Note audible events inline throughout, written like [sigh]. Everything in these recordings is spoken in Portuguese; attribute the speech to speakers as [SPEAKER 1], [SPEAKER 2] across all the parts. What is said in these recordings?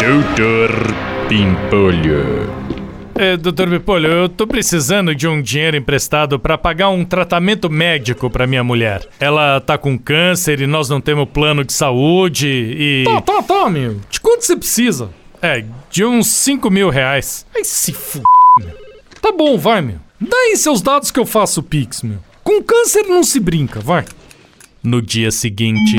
[SPEAKER 1] Doutor Pimpolho.
[SPEAKER 2] É, doutor Bipolho, eu tô precisando de um dinheiro emprestado pra pagar um tratamento médico pra minha mulher. Ela tá com câncer e nós não temos plano de saúde e. Tá, tá, tá, meu. De quanto você precisa? É, de uns 5 mil reais. Ai, se f. meu. Tá bom, vai, meu. Dá aí seus dados que eu faço o pix, meu. Com câncer não se brinca, vai. No dia seguinte.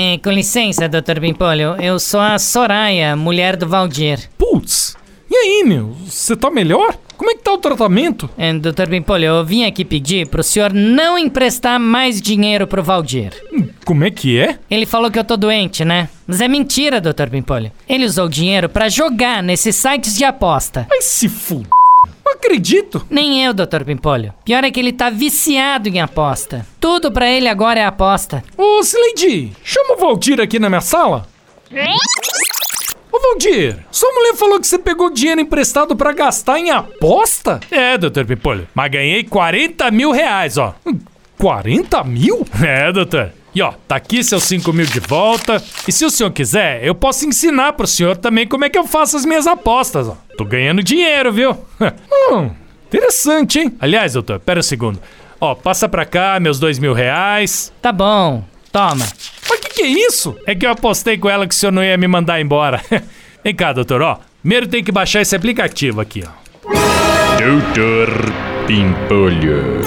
[SPEAKER 3] É, com licença, Dr. Bimpolho, eu sou a Soraya, mulher do Valdir.
[SPEAKER 2] Putz! E aí, meu? Você tá melhor? Como é que tá o tratamento?
[SPEAKER 3] É, Dr. Bimpolho, eu vim aqui pedir pro senhor não emprestar mais dinheiro pro Valdir.
[SPEAKER 2] Hum, Como é que é?
[SPEAKER 3] Ele falou que eu tô doente, né? Mas é mentira, Dr. Bimpolho. Ele usou o dinheiro pra jogar nesses sites de aposta.
[SPEAKER 2] Ai, se f. Não acredito!
[SPEAKER 3] Nem eu, Dr. Bimpolho. Pior é que ele tá viciado em aposta. Tudo pra ele agora é aposta.
[SPEAKER 2] Ô, Sileidi, chama o Valdir aqui na minha sala. Ô, Valdir, sua mulher falou que você pegou dinheiro emprestado para gastar em aposta? É, doutor Pipolho, mas ganhei 40 mil reais, ó. 40 Hum, mil? É, doutor. E ó, tá aqui seus 5 mil de volta. E se o senhor quiser, eu posso ensinar pro senhor também como é que eu faço as minhas apostas, ó. Tô ganhando dinheiro, viu? [laughs] hum, interessante, hein? Aliás, doutor, pera um segundo. Ó, passa pra cá meus dois mil reais.
[SPEAKER 3] Tá bom, toma.
[SPEAKER 2] Mas que que é isso? É que eu apostei com ela que o senhor não ia me mandar embora. [laughs] Vem cá, doutor, ó. Primeiro tem que baixar esse aplicativo aqui, ó.
[SPEAKER 1] Doutor Pimpolho.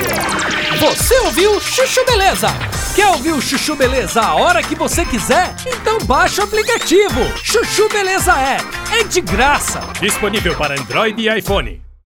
[SPEAKER 4] Você ouviu Chuchu Beleza? Quer ouvir o Chuchu Beleza a hora que você quiser? Então baixa o aplicativo Chuchu Beleza App. É de graça.
[SPEAKER 2] Disponível para Android e iPhone.